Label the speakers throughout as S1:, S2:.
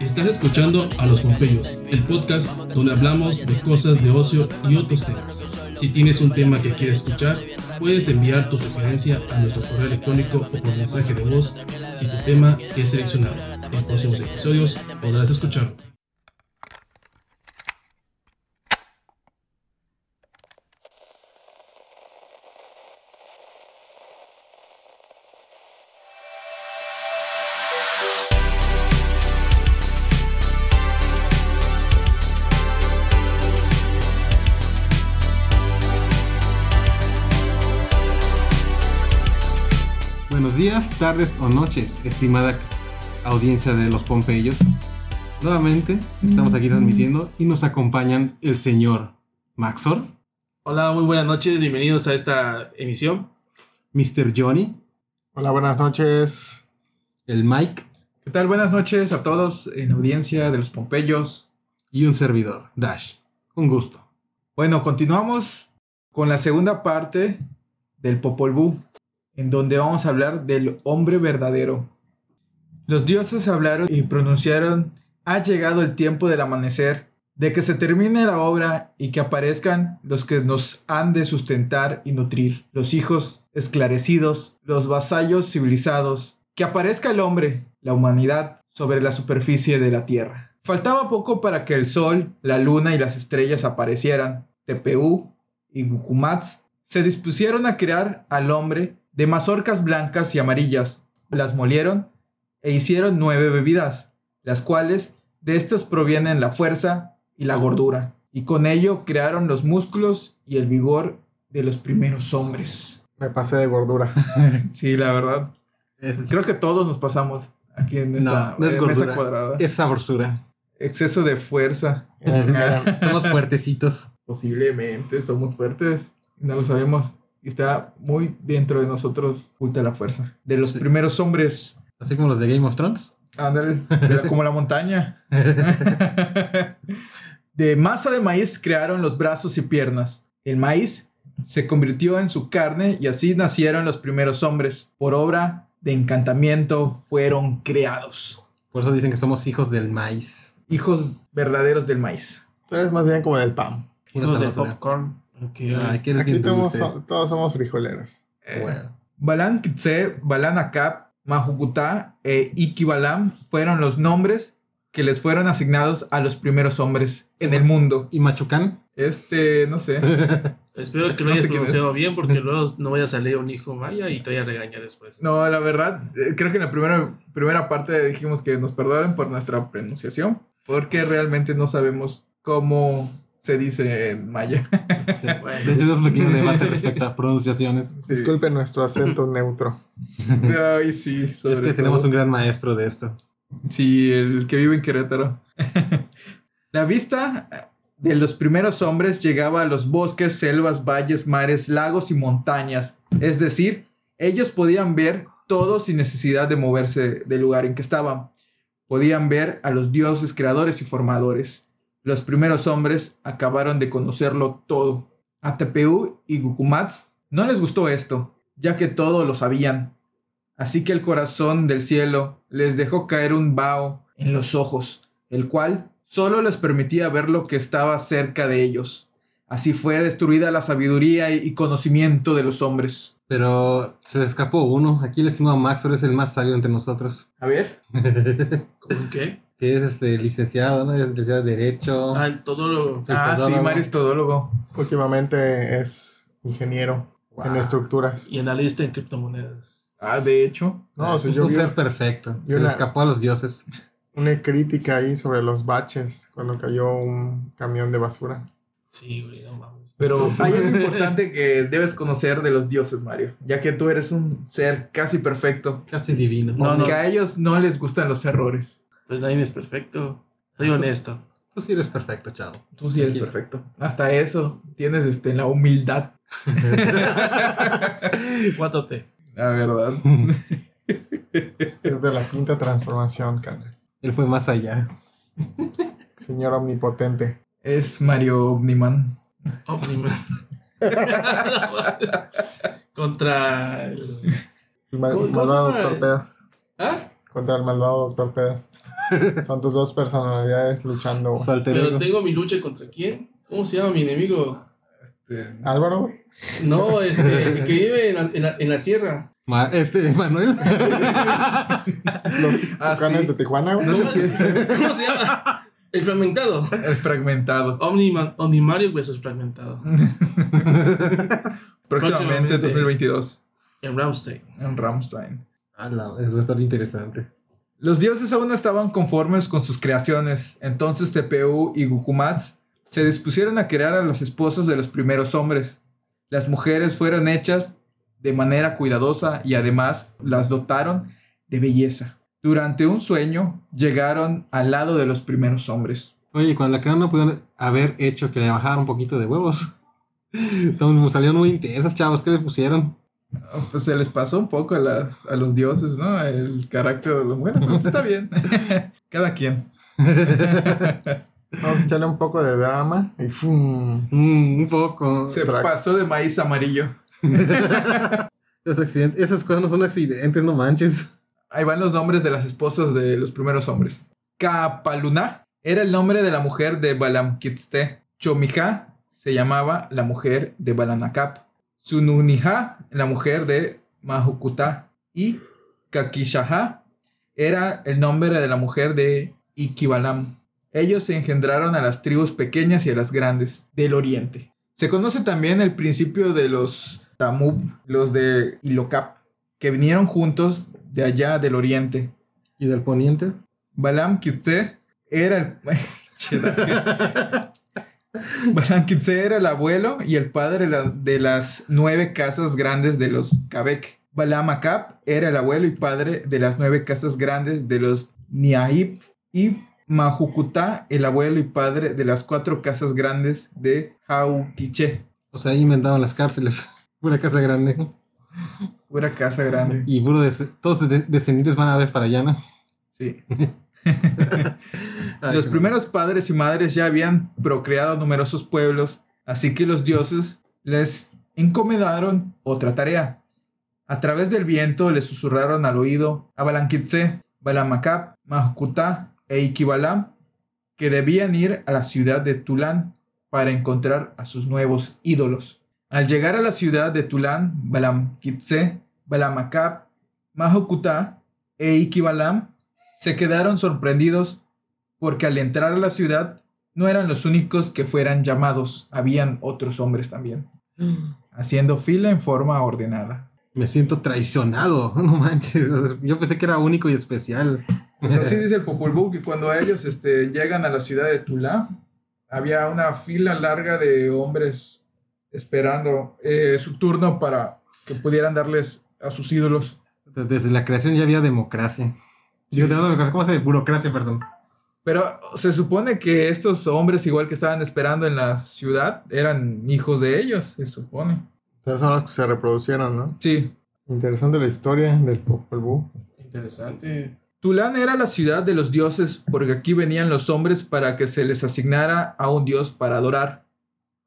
S1: Estás escuchando a Los Pompeyos, el podcast donde hablamos de cosas de ocio y otros temas. Si tienes un tema que quieres escuchar, puedes enviar tu sugerencia a nuestro correo electrónico o por mensaje de voz si tu tema es seleccionado. En próximos episodios podrás escucharlo.
S2: Buenos días, tardes o noches, estimada audiencia de los Pompeyos. Nuevamente estamos aquí transmitiendo y nos acompañan el señor Maxor,
S1: Hola, muy buenas noches, bienvenidos a esta emisión.
S2: Mr. Johnny,
S3: Hola, buenas noches.
S2: el Mike
S4: ¿Qué tal? Buenas noches a todos en audiencia de los Pompeyos.
S2: y un servidor, Dash. Un gusto.
S4: Bueno, continuamos con la segunda parte del Popol Vuh, en donde vamos a hablar del hombre verdadero. Los dioses hablaron y pronunciaron, ha llegado el tiempo del amanecer, de que se termine la obra y que aparezcan los que nos han de sustentar y nutrir, los hijos esclarecidos, los vasallos civilizados, que aparezca el hombre, la humanidad, sobre la superficie de la tierra. Faltaba poco para que el sol, la luna y las estrellas aparecieran. TPU y Gukumats se dispusieron a crear al hombre de mazorcas blancas y amarillas. Las molieron e hicieron nueve bebidas, las cuales de estas provienen la fuerza y la gordura, y con ello crearon los músculos y el vigor de los primeros hombres.
S3: Me pasé de gordura.
S4: Sí, la verdad.
S2: Es,
S4: Creo que todos nos pasamos aquí en esta
S2: no, no es
S4: eh, mesa
S2: gordura,
S4: cuadrada.
S2: es sabrosura.
S4: Exceso de fuerza. Ah,
S2: Somos fuertecitos.
S4: Posiblemente somos fuertes, no lo sabemos. Y está muy dentro de nosotros, oculta la fuerza. De los
S2: Sí.
S4: primeros hombres,
S2: Así como los de Game of Thrones.
S4: ándale, de la- como la montaña. De masa de maíz crearon los brazos y piernas. El maíz se convirtió en su carne y así nacieron los primeros hombres. Por obra de encantamiento fueron creados.
S2: Por eso dicen que somos hijos del maíz.
S4: Hijos verdaderos del maíz.
S3: Tú eres más bien como del pan.
S2: Una
S1: Hijos del
S2: sabrosura.
S1: popcorn. Ok.
S2: Ay, que eres
S3: Aquí
S2: bien
S3: todos,
S2: dulce.
S3: so- todos somos frijoleros.
S4: Eh,
S2: Bueno.
S4: Balán Kitse, Balán Akap, Mahukutá e Ikibalam fueron los nombres que les fueron asignados a los primeros hombres en el mundo.
S2: ¿Y Machucán?
S4: Este, no sé.
S1: Espero que lo
S4: No
S1: hayas
S4: sé quién es.
S1: pronunciado bien porque luego no vaya a salir un hijo maya y te vaya a regañar después.
S4: No, la verdad, eh, creo que en la primera, primera parte dijimos que nos perdonen por nuestra pronunciación, porque realmente no sabemos cómo se dice en maya.
S2: Sí. De hecho, es lo que hay un debate respecto a pronunciaciones.
S4: Sí.
S3: Disculpen nuestro acento neutro.
S4: Ay, sí, sobre
S2: es que tenemos
S4: todo.
S2: un gran maestro de esto.
S4: Sí, el que vive en Querétaro. la vista de los primeros hombres llegaba a los bosques, selvas, valles, mares, lagos y montañas. Es decir, ellos podían ver todo sin necesidad de moverse del lugar en que estaban. Podían ver a los dioses creadores y formadores. Los primeros hombres acabaron de conocerlo todo. A Tepeu y Gukumats no les gustó esto, ya que todo lo sabían. Así que el corazón del cielo les dejó caer un vaho en los ojos, el cual solo les permitía ver lo que estaba cerca de ellos. Así fue destruida la sabiduría y- y conocimiento de los hombres.
S2: Pero se escapó uno. Aquí el estimado Maxwell es el más sabio entre nosotros.
S4: A ver.
S1: ¿Con qué?
S2: Que es este licenciado, ¿no? Es licenciado de Derecho. Este,
S1: Ah, el todo lo.
S2: El
S4: Ah, sí,
S2: todólogo.
S4: Mario es todólogo.
S3: Últimamente es ingeniero
S2: Wow.
S3: en estructuras.
S1: Y analista en criptomonedas.
S4: Ah, de hecho.
S3: No,
S2: Ah,
S3: si
S2: es
S3: yo
S2: un
S3: vi
S2: ser perfecto.
S3: vi
S2: Se le
S3: una-
S2: escapó a los dioses.
S3: una crítica ahí sobre los baches cuando cayó un camión de basura.
S1: Sí, güey, no mames.
S4: Pero hay algo importante que debes conocer de los dioses, Mario, ya que tú eres un ser casi perfecto.
S2: Casi divino.
S1: No,
S4: Aunque a ellos no les gustan los errores.
S1: Pues nadie es perfecto.
S4: Ah,
S1: Soy honesto.
S2: Tú sí eres perfecto, chavo.
S4: Tú sí eres
S2: Tranquilo.
S4: perfecto. Hasta eso tienes este, la humildad.
S1: Cuánto te.
S4: La verdad.
S3: Es de la quinta transformación, carnal.
S2: Él fue más allá.
S3: Señor omnipotente.
S4: Es Mario Omniman.
S1: Omniman. Contra el-
S3: El ma-
S1: ¿Cómo- cómo se
S3: malvado
S1: llama?
S3: torpedas.
S1: ¿Ah?
S3: contra el malvado Doctor Pedas. Son tus dos personalidades luchando. güey.
S2: Su alter
S1: Pero
S2: ego.
S1: tengo mi lucha contra quién? ¿Cómo se llama mi enemigo?
S4: Este,
S3: Álvaro,
S1: No, este, el que vive en la, en la- en la sierra.
S2: Ma- este, Manuel.
S3: los
S4: Ah,
S3: tucanes
S4: sí.
S3: de Tijuana, güey.
S1: ¿Cómo, cómo se llama? El fragmentado.
S4: el fragmentado.
S1: Omniman, Omnimario versus fragmentado.
S4: Ah.
S1: Próximamente.
S4: Próximamente 2022
S1: En Ramstein.
S4: en Ramstein.
S2: Ah, no, eso va a estar interesante.
S4: Los dioses aún no estaban conformes con sus creaciones, entonces Tepeu y Gukumats se dispusieron a crear a las esposas de los primeros hombres. Las mujeres fueron hechas de manera cuidadosa y además las dotaron de belleza. Durante un sueño llegaron al lado de los primeros hombres.
S2: Oye, cuando la crearon no pudieron haber hecho que le bajara un poquito de huevos. Entonces, salieron muy intensos, chavos. ¿Qué le pusieron?
S4: Pues se les pasó un poco a, las- a los dioses, ¿no? El carácter de los mujeres. pero está bien. Cada quien.
S3: Vamos a echarle un poco de drama y ¡fum!
S2: Mm, un poco.
S4: Se
S3: Track.
S4: pasó de maíz amarillo.
S2: Esos accidentes- esas cosas no son accidentes, no manches.
S4: Ahí van los nombres de las esposas de los primeros hombres. Kapaluna era el nombre de la mujer de Balamkitste. Chomija se llamaba la mujer de Balanakap. Sununija, la mujer de Mahukuta. Y Kakishaha era el nombre de la mujer de Ikibalam. Ellos se engendraron a las tribus pequeñas y a las grandes del oriente. Se conoce también el principio de los Tamub, los de Ilocap, que vinieron juntos de allá del oriente.
S2: ¿Y del poniente?
S4: Balam Kitse era el. Chida. Balam Kitse era el abuelo y el padre la- de las nueve casas grandes de los Kabek. Balam Akap era el abuelo y padre de las nueve casas grandes de los Niahib. Y Mahukuta, el abuelo y padre de las cuatro casas grandes de Haukiche.
S2: O sea, ahí inventaban las cárceles. Pura casa grande.
S4: Una casa grande.
S2: Y puro des- todos sus de- descendientes van a ver para allá, ¿no?
S4: Sí.
S2: Ay, Ah,
S4: los
S2: qué-
S4: primeros padres y madres ya habían procreado numerosos pueblos, así que los dioses les encomendaron otra tarea. A través del viento les susurraron al oído a Balankitse, Balamacap, Mahkuta e Iquibalam que debían ir a la ciudad de Tulán para encontrar a sus nuevos ídolos. Al llegar a la ciudad de Tulán, Balamkitse, Balamacap, Mahokuta e Iquibalam se quedaron sorprendidos porque al entrar a la ciudad no eran los únicos que fueran llamados, habían otros hombres también, haciendo fila en forma ordenada.
S2: Me siento traicionado, no manches. O sea, Yo pensé que era único y especial.
S4: Pues así dice el Popol Vuh, que cuando ellos este, llegan a la ciudad de Tula, había una fila larga de hombres esperando eh, su turno para que pudieran darles a sus ídolos.
S2: Desde la creación ya había democracia. Digo, no, democracia, ¿cómo se dice? Burocracia, perdón.
S4: Pero se supone que estos hombres, igual que estaban esperando en la ciudad, eran hijos de ellos, se supone.
S3: Esas son las que se reproducieron, ¿no?
S4: Sí,
S3: Interesante la historia del Popol Vuh.
S1: Interesante.
S4: Tulán era la ciudad de los dioses, porque aquí venían los hombres para que se les asignara a un dios para adorar.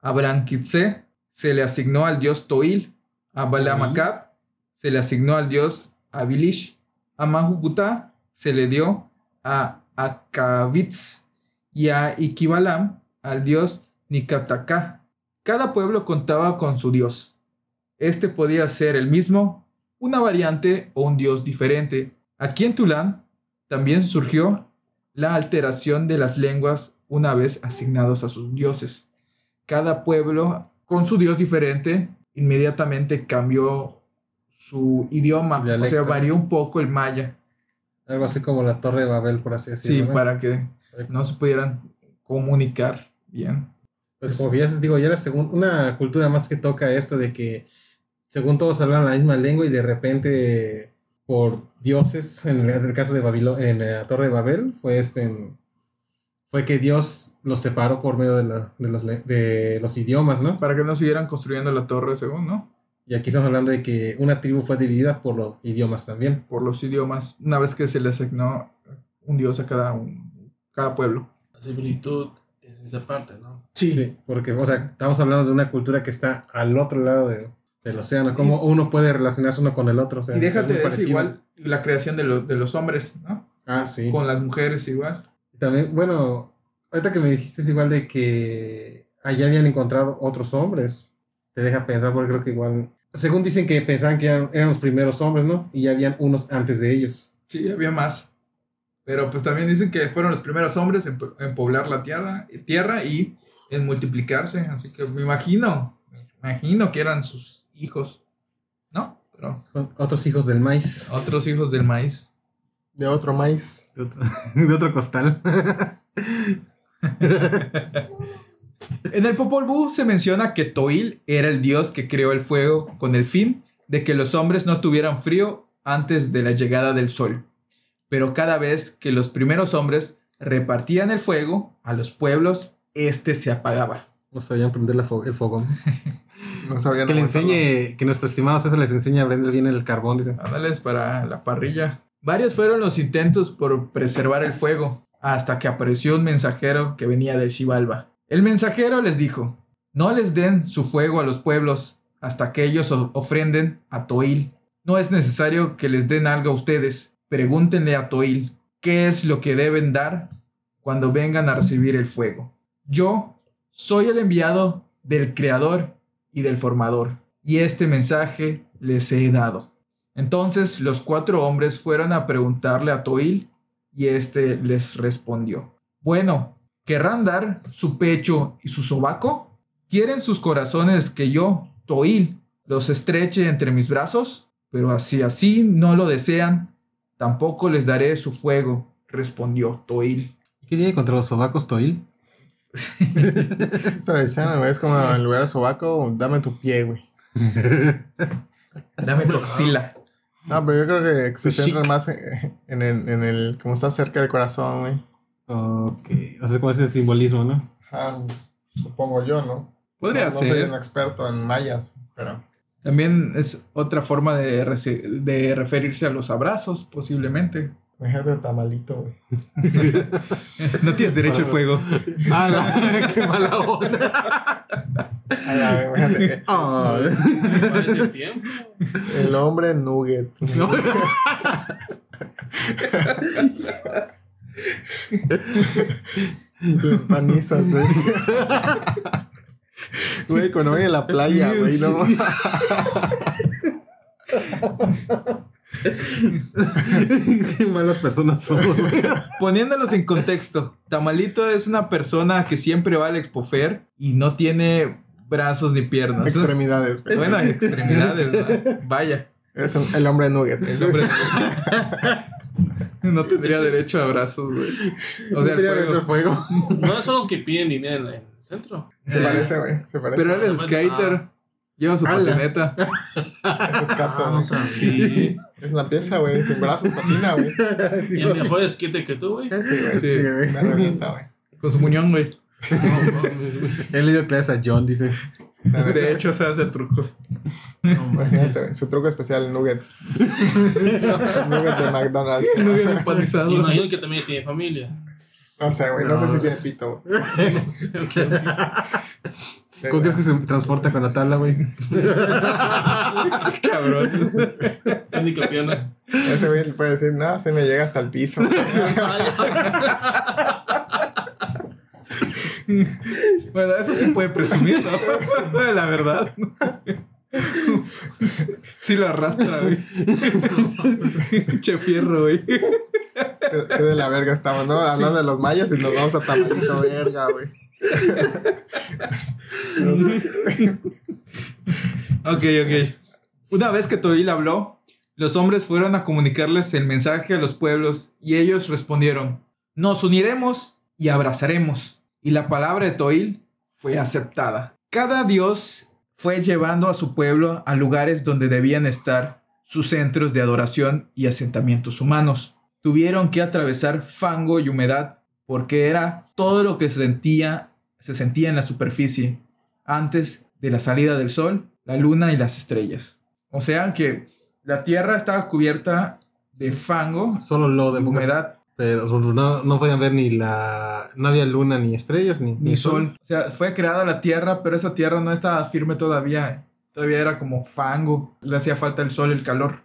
S4: A Branquitse se le asignó al dios Toil, a Balamacap se le asignó al dios Abilish, a Mahukuta se le dio a Akavitz y a Iquibalam al dios Nicatacá. Cada pueblo contaba con su dios. Este podía ser el mismo, una variante o un dios diferente. Aquí en Tulán también surgió la alteración de las lenguas una vez asignados a sus dioses. Cada pueblo con su dios diferente inmediatamente cambió su idioma,
S2: Su
S4: o sea,
S2: dialecto.
S4: varió un poco el maya.
S2: Algo así como la Torre de Babel, por así
S4: Sí,
S2: decirlo. ¿no?
S4: para que no se pudieran comunicar bien.
S2: Pues como que ya les digo, ya era segun- una cultura más que toca esto de que según todos hablan la misma lengua y de repente por dioses, en el, en el caso de Babilo, en la Torre de Babel, fue este en- fue que Dios los separó por medio de, la- de los, le- de los idiomas, ¿no?
S4: Para que no siguieran construyendo la torre, según, ¿no?
S2: Y aquí estamos hablando de que una tribu fue dividida por los idiomas también.
S4: Por los idiomas, una vez que se le asignó un dios a cada, un- cada pueblo.
S1: La similitud en esa parte, ¿no?
S2: Sí, porque, o sea, estamos hablando de una cultura que está al otro lado de, del océano, cómo uno puede relacionarse uno con el otro. o sea,
S4: Y déjate
S2: es muy
S4: de eso,
S2: parecido.
S4: igual la creación de, los de los hombres, ¿no?
S2: Ah, sí.
S4: Con las mujeres igual.
S2: También, bueno, ahorita que me dijiste es igual de que allá habían encontrado otros hombres. Te deja pensar porque creo que igual, según dicen que pensaban que eran, eran los primeros hombres, ¿no? Y ya habían unos antes de ellos.
S4: Sí, había más. Pero pues también dicen que fueron los primeros hombres en, po- en poblar la tierra, tierra y en multiplicarse. Así que me imagino, me imagino que eran sus hijos, ¿no? Pero
S2: Son otros hijos del maíz.
S4: otros hijos del maíz.
S3: De otro maíz.
S5: De otro, de otro costal.
S4: En el Popol Vuh se menciona que Toil era el dios que creó el fuego con el fin de que los hombres no tuvieran frío antes de la llegada del sol. Pero cada vez que los primeros hombres repartían el fuego a los pueblos, este se apagaba.
S2: No sabían prender la fo- el fogón.
S3: No sabían
S5: que le
S3: aguantarlo.
S5: enseñe, que nuestros estimados César les enseñe a prender bien el carbón. dice.
S4: Ándales para la parrilla. Varios fueron los intentos por preservar el fuego, hasta que apareció un mensajero que venía del Xibalba. El mensajero les dijo: No les den su fuego a los pueblos hasta que ellos o- ofrenden a Toil. No es necesario que les den algo a ustedes. Pregúntenle a Toil qué es lo que deben dar cuando vengan a recibir el fuego. Yo soy el enviado del Creador y del Formador, y este mensaje les he dado. Entonces los cuatro hombres fueron a preguntarle a Toil y éste les respondió. Bueno, ¿querrán dar su pecho y su sobaco? ¿Quieren sus corazones que yo, Toil, los estreche entre mis brazos? Pero así así no lo desean, tampoco les daré su fuego, respondió Toil.
S5: ¿Qué tiene contra los sobacos, Toil?
S3: Esta decían, güey, es como en lugar de sobaco, dame tu pie, güey.
S4: Dame tu axila.
S3: No, pero yo creo que se
S5: Tu
S3: centra
S5: chic.
S3: más en, en el, en el- como está cerca del corazón, güey.
S5: Ok. O sea, como ese simbolismo, ¿no?
S3: Ajá, supongo yo, ¿no?
S4: Podría
S3: no, no soy
S4: ser.
S3: un experto en mayas, pero
S4: También es otra forma de, reci- de referirse a los abrazos, posiblemente.
S3: imagínate tamalito, güey.
S4: No tienes derecho al fuego.
S5: ¡Hala! ¡Qué mala onda!
S3: A la- imagínate,
S5: Ah.
S1: ¿Cuál es el tiempo?
S3: El hombre nugget.
S5: No.
S3: Lo empanizas, güey. Güey, cuando voy a la playa, güey, no
S5: ¡Qué malas personas somos! güey.
S4: Poniéndolos en contexto, Tamalito es una persona que siempre va al expofer y no tiene brazos ni piernas.
S3: extremidades, güey.
S4: Bueno, extremidades, va- vaya.
S3: Es un- el hombre nugget.
S4: El hombre- no tendría derecho a brazos, güey. O sea, el
S2: Tira dentro
S4: fuego.
S2: el fuego.
S1: No son los que piden dinero en el centro.
S3: Se parece, güey. Se parece.
S4: Pero él es skater. Lleva su
S2: Ala.
S4: patineta.
S3: Eso es cato,
S1: Ah,
S3: güey.
S1: no sabía.
S4: Sí,
S3: Es la pieza, güey. Sin brazos, patina, güey.
S1: Y el mejor esquite que tú, güey.
S2: Sí, güey,
S4: Sí.
S2: sí, güey.
S3: Una herramienta, güey.
S4: con su muñón, güey.
S1: No, mames, güey.
S2: Él le dio clases a John, dice.
S3: La neta,
S4: De hecho, se hace trucos.
S1: No
S3: Imagínate,
S1: manches.
S3: güey, su truco especial, el nugget. El nugget de McDonald's.
S4: No bien empanizado.
S1: Imagino que también tiene familia.
S3: No sé, güey. No, sé si tiene pito, güey.
S1: No sé, ok, güey.
S3: Sí,
S5: ¿Cómo
S3: güey.
S5: crees que se transporta con la tabla, güey?
S4: Cabrón.
S1: Son ni campeona.
S3: Ese güey le puede decir, no, se me llega hasta el piso.
S4: Bueno, eso sí puede presumir, ¿no? La verdad. Sí lo arrastra, güey. Pinche fierro, güey.
S3: Qué qué de la verga estamos, ¿no? Hablando de los mayas y nos vamos a tamalito verga, güey.
S4: Ok, ok. Una vez que Toil habló, los hombres fueron a comunicarles el mensaje a los pueblos y ellos respondieron, nos uniremos y abrazaremos. Y la palabra de Toil fue aceptada. Cada dios fue llevando a su pueblo a lugares donde debían estar sus centros de adoración y asentamientos humanos. Tuvieron que atravesar fango y humedad porque era todo lo que se sentía, se sentía en la superficie antes de la salida del sol, la luna y las estrellas. O sea que la Tierra estaba cubierta de fango,
S5: Solo lo de
S4: humedad,
S5: Pero
S2: pues,
S5: no, no podían ver ni la. No había luna, ni estrellas, ni,
S4: ni sol. O sea, fue creada la Tierra, pero esa Tierra no estaba firme todavía. Todavía era como fango. Le hacía falta el sol, el calor.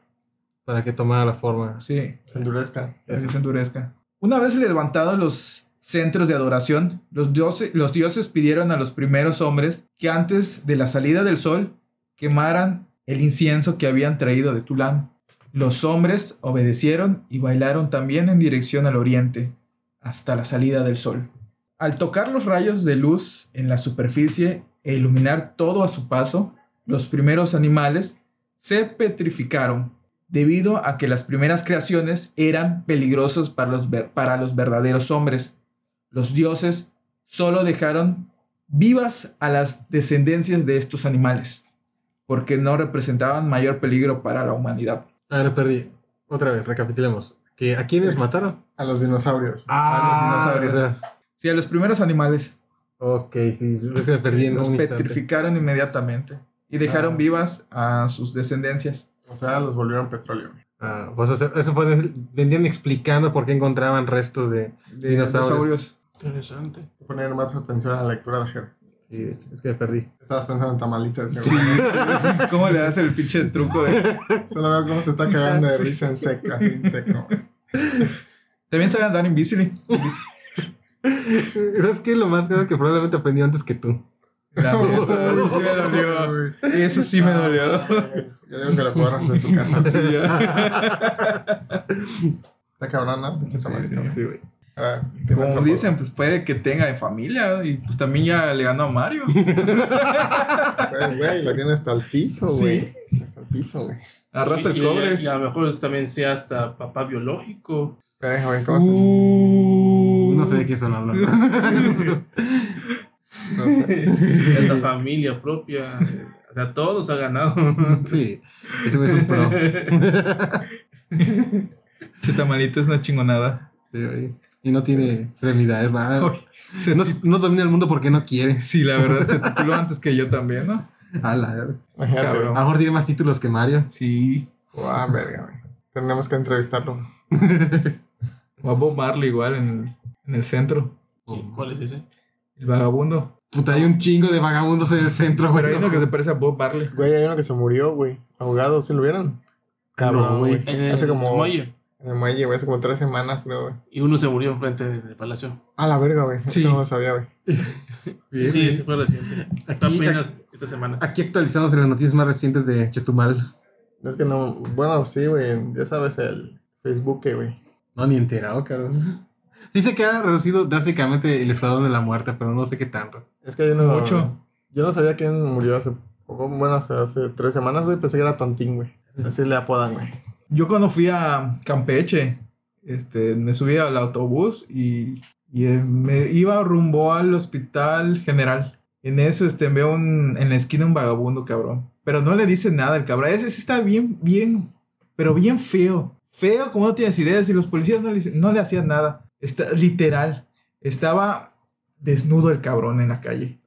S2: Para que tomara la forma.
S4: Sí,
S3: Se endurezca.
S4: que se endurezca. Una vez levantados los centros de adoración, los dioses, los dioses pidieron a los primeros hombres que antes de la salida del sol quemaran el incienso que habían traído de Tulán. Los hombres obedecieron y bailaron también en dirección al oriente, hasta la salida del sol. Al tocar los rayos de luz en la superficie e iluminar todo a su paso, los primeros animales se petrificaron debido a que las primeras creaciones eran peligrosas para los, ver- para los verdaderos hombres. Los dioses solo dejaron vivas a las descendencias de estos animales, porque no representaban mayor peligro para la humanidad.
S2: Ah, no perdí. Otra vez, recapitulemos. ¿Que ¿A quiénes mataron?
S3: A los dinosaurios.
S4: Ah, los
S2: o
S4: dinosaurios.
S2: sea,
S4: Sí, a los primeros animales
S2: ok, sí, es que me perdí en
S4: los
S2: un instante.
S4: petrificaron inmediatamente y dejaron
S3: Ah.
S4: vivas a sus descendencias.
S3: O sea, los volvieron petróleo.
S2: Ah, pues eso, eso fue, vendían explicando por qué encontraban restos de...
S4: de
S2: Dinosaurios.
S4: dinosaurios.
S5: Interesante.
S3: Hay que Poner más atención a la lectura de Jerez.
S2: Sí, es que me perdí.
S3: Estabas pensando en tamalitas.
S4: Sí, sí. ¿Cómo le das el pinche truco? De...
S3: Solo veo cómo se está cagando de risa en seca, así en seco. güey.
S4: También sabían andar en bici.
S2: ¿Sabes qué? Lo más claro que probablemente aprendí antes que tú.
S4: La neta, eso sí me dolió. Eso sí me dolió.
S3: Yo digo que lo puedo arrancar en su casa.
S4: Sí, ya.
S3: Está cabrón, ¿no? Pinche tamalito.
S4: Sí, güey.
S3: Ahora, dime
S4: Como
S3: otro
S4: dicen, pues puede que tenga de familia y pues también ya le ganó a Mario.
S3: Güey, Güey, lo tiene hasta el piso,
S4: Sí.
S3: güey. Hasta el piso, güey.
S4: Arrastra
S5: Y-
S4: el
S5: y-
S4: cobre.
S5: Y a lo mejor también sea hasta papá biológico.
S3: Espera, güey, ¿cómo se-
S4: Uh,
S2: No sé de qué están hablando.
S3: no sé.
S5: Y hasta familia propia. O sea, todos ha ganado.
S2: Sí, ese güey es un pro.
S4: Chitamalito es una chingonada.
S2: Sí, güey. Y no tiene extremidades, va.
S4: Uy, se-
S2: No, no domina el mundo porque no quiere.
S4: Sí, la verdad, se tituló antes que yo también, ¿no?
S2: A, la, verga.
S3: Imagínate,
S2: a lo
S4: Cabrón.
S2: mejor tiene más títulos que Mario.
S4: Sí.
S3: Guau, verga, güey. Tenemos que entrevistarlo.
S4: O a Bob Marley igual en el, en el centro.
S5: ¿Y ¿Cuál es ese?
S4: El vagabundo.
S2: Puta, hay un chingo de vagabundos en el centro, güey.
S4: Pero hay uno que se parece a Bob Marley.
S3: Güey, hay uno que se murió, güey. Ahogado, ¿sí lo vieron?
S2: No, güey.
S5: En el
S3: Hace como-
S5: muelle.
S3: En el muelle, güey, hace como tres semanas, creo, güey.
S5: Y uno se murió enfrente del palacio.
S3: A la verga, güey.
S4: Sí.
S3: Eso no lo sabía, güey.
S2: Bien,
S5: sí,
S2: bien.
S5: ese fue reciente. Está
S2: Aquí-
S5: apenas esta semana.
S2: Aquí actualizamos en las noticias más recientes de Chetumal.
S3: Es que no. Bueno, sí, güey. Ya sabes el Facebook, eh, güey.
S2: No, ni enterado, cabrón. Sí se queda reducido drásticamente el escuadrón de la muerte, pero no sé qué tanto.
S3: Es que yo no.
S4: Mucho.
S3: Yo no sabía quién murió hace poco. Bueno, hace, hace tres semanas, güey. Pensé que era Tontín, güey. Así le apodan, güey.
S4: Yo cuando fui a Campeche, este, me subí al autobús y, y, eh, me iba rumbo al hospital general. En eso este, veo un, en la esquina un vagabundo, cabrón. Pero no le dice nada el cabrón. Ese sí está bien, bien, pero bien feo. Feo como no tienes ideas y los policías no le, hice- no le hacían nada. Está, literal, estaba desnudo el cabrón en la calle.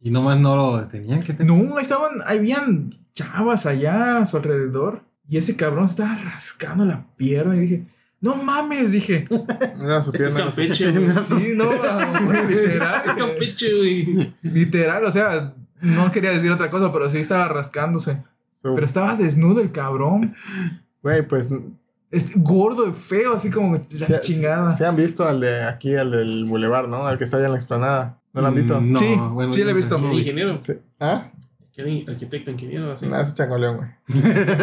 S2: Y nomás no lo detenían, ¿qué tal?
S4: No, estaban, habían chavas allá a su alrededor y ese cabrón se estaba rascando la pierna y dije, no mames, dije,
S3: Era su pierna.
S5: Es
S3: no sé.
S5: Campeche, güey.
S4: sí, no, ah, literal,
S5: Es Campeche, güey.
S4: literal, o sea, no quería decir otra cosa, pero sí estaba rascándose,
S3: Su-
S4: pero estaba desnudo el cabrón,
S3: Güey, pues.
S4: es gordo, feo, así como la
S3: se-
S4: chingada.
S3: Se han visto al de aquí, al del Boulevard, ¿no? Al que está allá en la explanada. ¿No lo han visto?
S2: Mm, No,
S4: sí,
S2: bueno,
S4: sí, le he
S2: no sé.
S4: visto.
S5: El ingeniero.
S3: Sí. ¿Ah?
S5: Que era Arquitecto, ingeniero, así.
S3: Nada, ese changoleón, güey.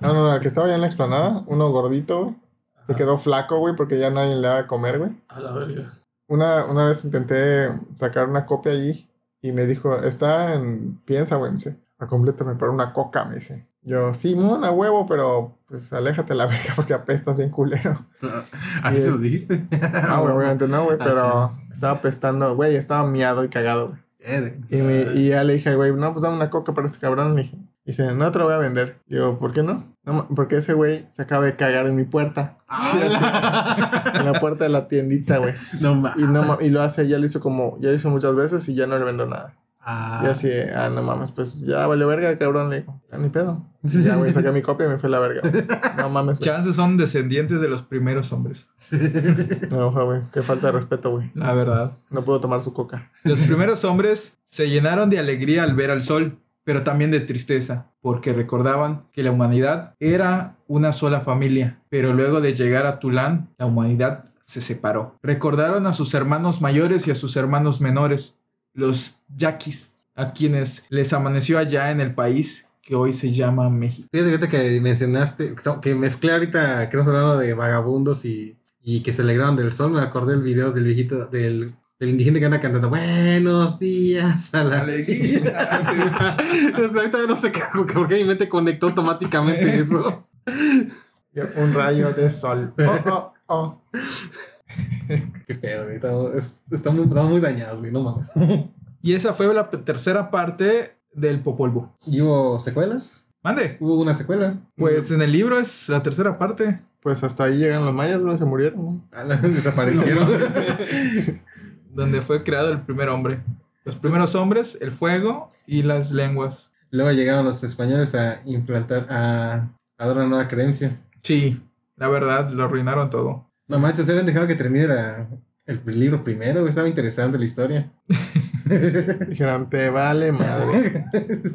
S3: No, no, no, el que estaba allá en la explanada, uno gordito, güey. Se quedó flaco, güey, porque ya nadie le daba de comer, güey.
S5: A la verga.
S3: Una, una vez intenté sacar una copia allí y me dijo, está en piensa, güey. Me dice, a completo me para una coca, me dice. Yo, sí, mona, huevo, pero pues aléjate a la verga porque apestas bien culero.
S2: Así
S3: Sí,
S2: se
S3: es.
S2: los dijiste.
S3: Ah, güey, obviamente no, güey,
S2: Ah,
S3: pero estaba apestando, güey, estaba miado y cagado, güey.
S2: Verga.
S3: Y, me- y ya le dije, al güey, no, pues dame una coca para este cabrón. Le dije, dice, no te lo voy a vender. Digo, ¿por qué no? "No ma- porque ese güey se acaba de cagar en mi puerta.
S2: Ah,
S3: Sí, así, en la puerta de la tiendita, güey.
S2: No mames.
S3: Y, no, ma- y lo hace, ya lo hizo como, ya lo hizo muchas veces y ya no le vendo nada.
S2: Ah,
S3: Y así, ah, no mames, pues ya vale verga, cabrón. Le digo, ah, ni pedo. Y ya, güey, saqué mi copia y me fue la verga. güey. No mames, güey.
S4: Chances son descendientes de los primeros hombres,
S3: No, güey, qué falta de respeto, güey.
S4: la verdad.
S3: No puedo tomar su coca.
S4: Los primeros hombres se llenaron de alegría al ver al sol, pero también de tristeza, porque recordaban que la humanidad era una sola familia, pero luego de llegar a Tulán, la humanidad se separó. Recordaron a sus hermanos mayores y a sus hermanos menores, los yaquis, a quienes les amaneció allá en el país que hoy se llama México.
S2: Fíjate ahorita que mencionaste, que mezclé ahorita que estamos hablando de vagabundos y, y que se alegraron del sol. Me acordé del video del viejito, del, del indigente que anda cantando Buenos días a la O sea, ahorita no sé qué- por qué mi mente conectó automáticamente eso.
S3: Un rayo de sol. Oh, oh, oh.
S2: Qué pedo, güey. Estamos, es- estamos- estamos muy dañados, güey. No mames.
S4: Y esa fue la p- tercera parte del Popol Vuh.
S2: ¿Y hubo secuelas?
S4: Mande.
S2: ¿Hubo una secuela?
S4: Pues en el libro es la tercera parte.
S3: Pues hasta ahí llegan los mayas, luego se murieron. ¿no?
S2: Ah, no, Desaparecieron.
S4: donde fue creado el primer hombre. Los primeros hombres, el fuego y las lenguas.
S2: Luego llegaron los españoles a implantar, a, a dar una nueva creencia.
S4: Sí, la verdad, lo arruinaron todo.
S2: No manches, se habían dejado que termine la- el libro primero, güey. Estaba interesante la historia.
S3: Dijeron, te vale madre.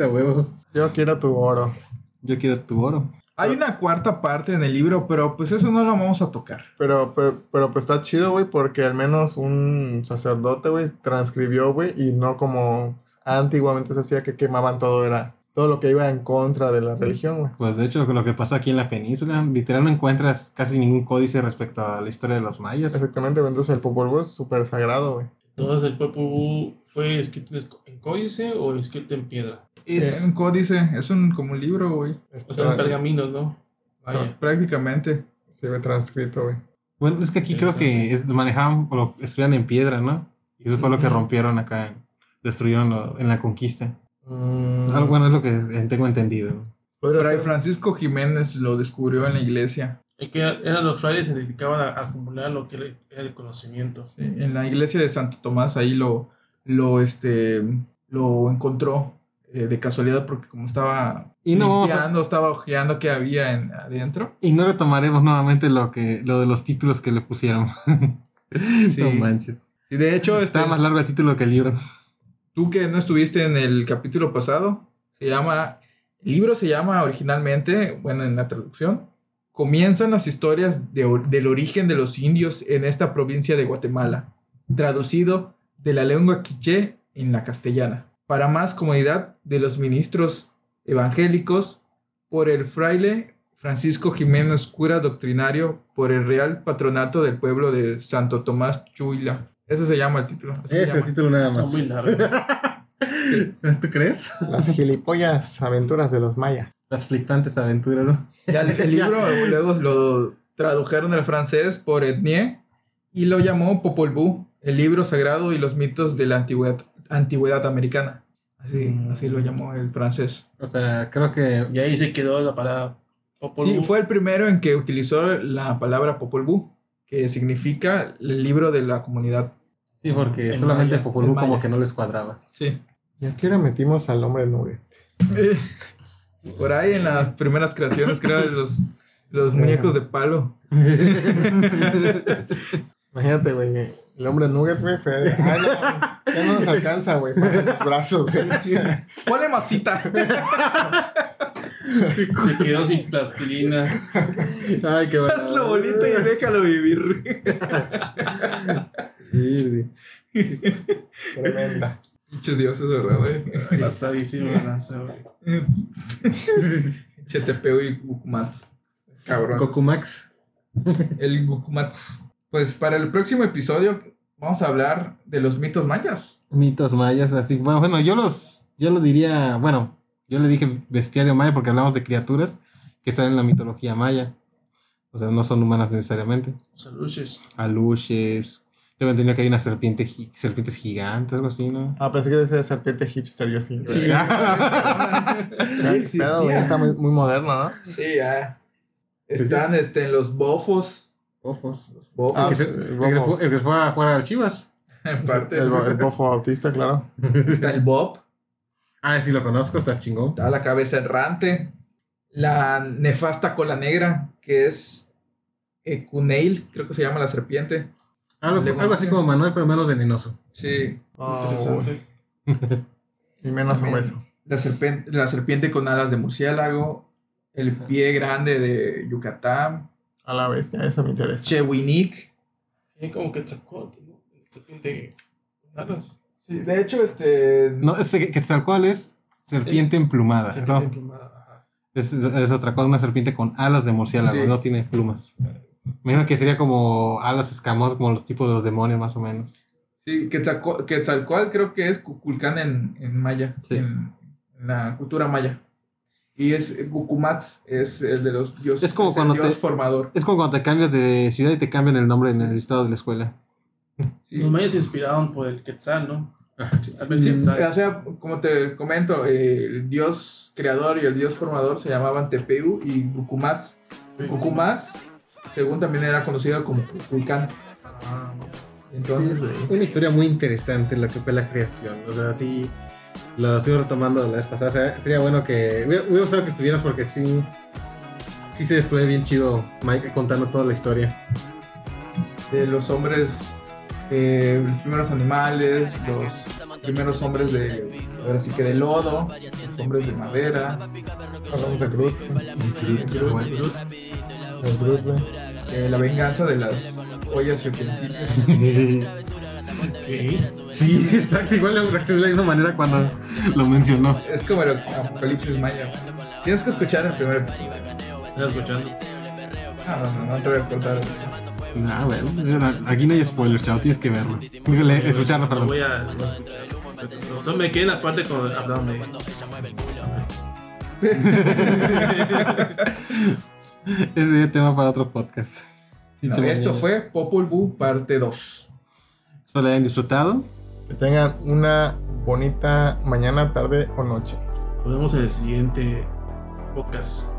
S2: A huevo.
S3: Yo quiero tu oro.
S5: Yo quiero tu oro.
S4: Hay una cuarta parte en el libro, pero pues eso no lo vamos a tocar.
S3: Pero, pero, pero pues está chido, güey, porque al menos un sacerdote, güey, transcribió, güey, y no como antiguamente se hacía que quemaban todo, era todo lo que iba en contra de la religión, güey.
S5: Pues de hecho, lo que pasa aquí en la península, literal no encuentras casi ningún códice respecto a la historia de los mayas.
S3: Exactamente, güey, entonces el Popol Vuh es súper sagrado, güey.
S6: Entonces, ¿el Popol Vuh fue escrito en esco- en códice o escrito en piedra?
S4: Es
S5: Es,
S4: un códice, es un como un libro, güey.
S6: O sea, en
S3: Está,
S6: pergaminos, ¿no?
S5: Ah,
S6: Vaya.
S4: Prácticamente.
S3: sí, güey, transcrito, güey.
S5: bueno, es que aquí creo que es, manejaban o lo escribían en piedra, ¿no? Y eso fue lo que rompieron acá, destruyeron lo- en la conquista.
S3: Mm,
S5: Algo bueno es lo que eh, tengo entendido. ¿no?
S3: podría
S4: Fray
S3: ser-
S4: Francisco Jiménez lo descubrió en la iglesia.
S6: Es que era- eran los frailes que se dedicaban a a acumular lo que era era el conocimiento.
S4: sí, En la iglesia de Santo Tomás, ahí lo, lo, este, lo encontró eh, de casualidad porque como estaba
S5: Y no vamos a-
S4: limpiando, estaba ojeando qué había en, adentro.
S5: Y no retomaremos nuevamente lo que lo de los títulos que le pusieron.
S4: Sí.
S5: No manches.
S4: Sí, de hecho, este
S5: Está más
S4: es-
S5: largo el título que el libro.
S4: tú que no estuviste en el capítulo pasado, se llama, el libro se llama originalmente, bueno, en la traducción, comienzan las historias de or- del origen de los indios en esta provincia de Guatemala, traducido de la lengua quiché en la castellana, para más comodidad de los ministros evangélicos por el fraile Francisco Jiménez cura doctrinario por el Real Patronato del pueblo de Santo Tomás Chuila. Ese se llama el título. así
S2: Ese
S4: se
S2: es el
S4: llama.
S2: título nada
S6: Está
S2: más.
S6: muy largo.
S2: ¿Tú crees?
S3: Las gilipollas aventuras de los mayas.
S2: Las flipantes aventuras, ¿no?
S4: Ya el, el
S2: Ya.
S4: libro luego lo tradujeron al francés por Etnie y lo llamó Popol Vuh, el libro sagrado y los mitos de la antigüedad, antigüedad americana. Así, así lo llamó el francés.
S2: O sea, creo que
S6: Y ahí se quedó la palabra Popol
S4: Sí,
S6: Vuh.
S4: fue el primero en que utilizó la palabra Popol Vuh, que significa el libro de la comunidad.
S2: sí, porque
S6: En
S2: solamente
S6: maya,
S2: Popol
S6: en
S2: Vuh como
S6: maya.
S2: que no les cuadraba.
S4: Sí.
S3: ¿Y aquí ahora metimos al hombre nube?
S4: Eh, Por ahí en las primeras creaciones, creo, de los, los muñecos de palo.
S3: Imagínate, güey. que El hombre nugget, güey, fue de, "Ay, no, ya no nos alcanza, güey, para sus brazos, güey.
S4: Ponle masita.
S6: Se quedó sin plastilina.
S2: Ay, qué bueno.
S4: Hazlo bonito y déjalo vivir.
S2: Sí, güey.
S3: Tremenda.
S4: Muchos dioses, ¿verdad, güey?
S6: Pasadísima la lanza, güey.
S4: Chetepeo y Gukumats. Cabrón.
S2: Cocumax.
S4: el Gukumats. Pues para el próximo episodio vamos a hablar de los mitos mayas.
S5: Mitos mayas, así. Bueno, bueno, yo los, yo lo diría, bueno, yo le dije bestiario maya porque hablamos de criaturas que salen en la mitología maya. O sea, no son humanas necesariamente.
S6: Saluches.
S5: Aluches. Tengo entendido que hay una serpiente, gi- serpientes gigantes, algo así, ¿no?
S3: Ah, pensé que iba a ser serpiente hipster, yo sí. güey. Ah, qué pedo, güey, está muy, muy moderno, ¿no?
S4: Sí, ya. Están este, en los bofos.
S2: Ojos.
S4: Los bofos.
S3: Ah,
S2: el, que se-
S3: sí,
S2: el
S3: vamos.
S2: que fue, el que fue a jugar al Chivas.
S4: en parte.
S3: Ah, El, bo- el bofo bautista, claro.
S4: Está el bob.
S2: Ah, sí lo conozco, está chingón.
S4: Está la cabeza errante. La nefasta cola negra, que es Ecuneil, creo que se llama la serpiente.
S2: Algo,
S4: Le-
S2: algo así como Manuel, pero menos venenoso.
S4: Sí.
S3: Oh,
S6: Interesante.
S3: y menos
S4: También.
S3: obeso.
S4: la serpiente, la serpiente con alas de murciélago, el pie grande de Yucatán,
S3: A la bestia, eso me interesa.
S4: Chewinic.
S6: Sí, como que Chacolte, ¿no? Serpiente con alas.
S4: Sí, de hecho, este.
S5: No, ese Quetzalcóatl es serpiente
S2: Ah,
S5: emplumada.
S6: Serpiente
S5: ¿no?
S6: emplumada, ajá.
S5: Es, es otra cosa, una serpiente con alas de murciélago,
S4: Sí.
S5: no tiene plumas. Menos que sería como alas escamosas, como los tipos de los demonios, más o menos.
S4: Sí, Quetzalco- Quetzalcóatl creo que es Cuculcán en, en maya,
S5: Sí.
S4: en, en la cultura maya. Y es Cucumatz, es el de los dioses.
S5: Es como
S4: el
S5: cuando
S4: dios
S5: te-
S4: formador.
S5: Es como cuando te cambias de ciudad y te cambian el nombre en el estado de la escuela.
S4: Sí.
S6: Los mayas se inspiraron por el Quetzal, ¿no? A ver
S4: Sí,
S6: si
S4: o sea, como te comento, eh, el dios creador y el dios formador se llamaban Tepeu y Cucumatz. Cucumatz, según también era conocido como Cuculcán. Entonces,
S2: Sí, es una historia muy interesante la que fue la creación. O sea, sí, lo sigo retomando la vez pasada. O sea, sería bueno que. Hubiera hubiera gustado que estuvieras porque sí. Sí se despliegue bien chido Mike contando toda la historia.
S4: de los hombres, eh, los primeros animales, los primeros hombres de, ahora sí que de lodo, los hombres de madera,
S3: Hablamos de Groot, güey. Los Groot, güey.
S4: eh, la venganza de las ollas y utensilios.
S6: Ok.
S5: Sí, exacto. Igual lo reaccioné de la misma manera cuando lo mencionó.
S4: Es como el apocalipsis maya. Tienes que escuchar el primer episodio.
S6: ¿Estás escuchando?
S4: No, no, no, no te voy a contar.
S5: Nah, Ah, bueno, aquí no hay spoilers, chao. Tienes que verlo. Dígale, escucharlo,
S6: Lo
S5: perdón.
S6: voy a lo voy a escuchar. No, solo me quedé en la parte cuando hablaban de.
S5: Ese sería tema para otro podcast.
S4: No, esto fue Popol Vuh parte 2.
S5: Espero lo hayan disfrutado.
S3: Que tengan una bonita mañana, tarde o noche.
S6: Nos vemos en el siguiente podcast.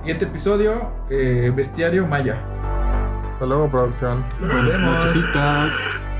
S4: Siguiente episodio, eh, Bestiario Maya.
S3: Hasta luego, producción.
S5: Buenas nochecitas.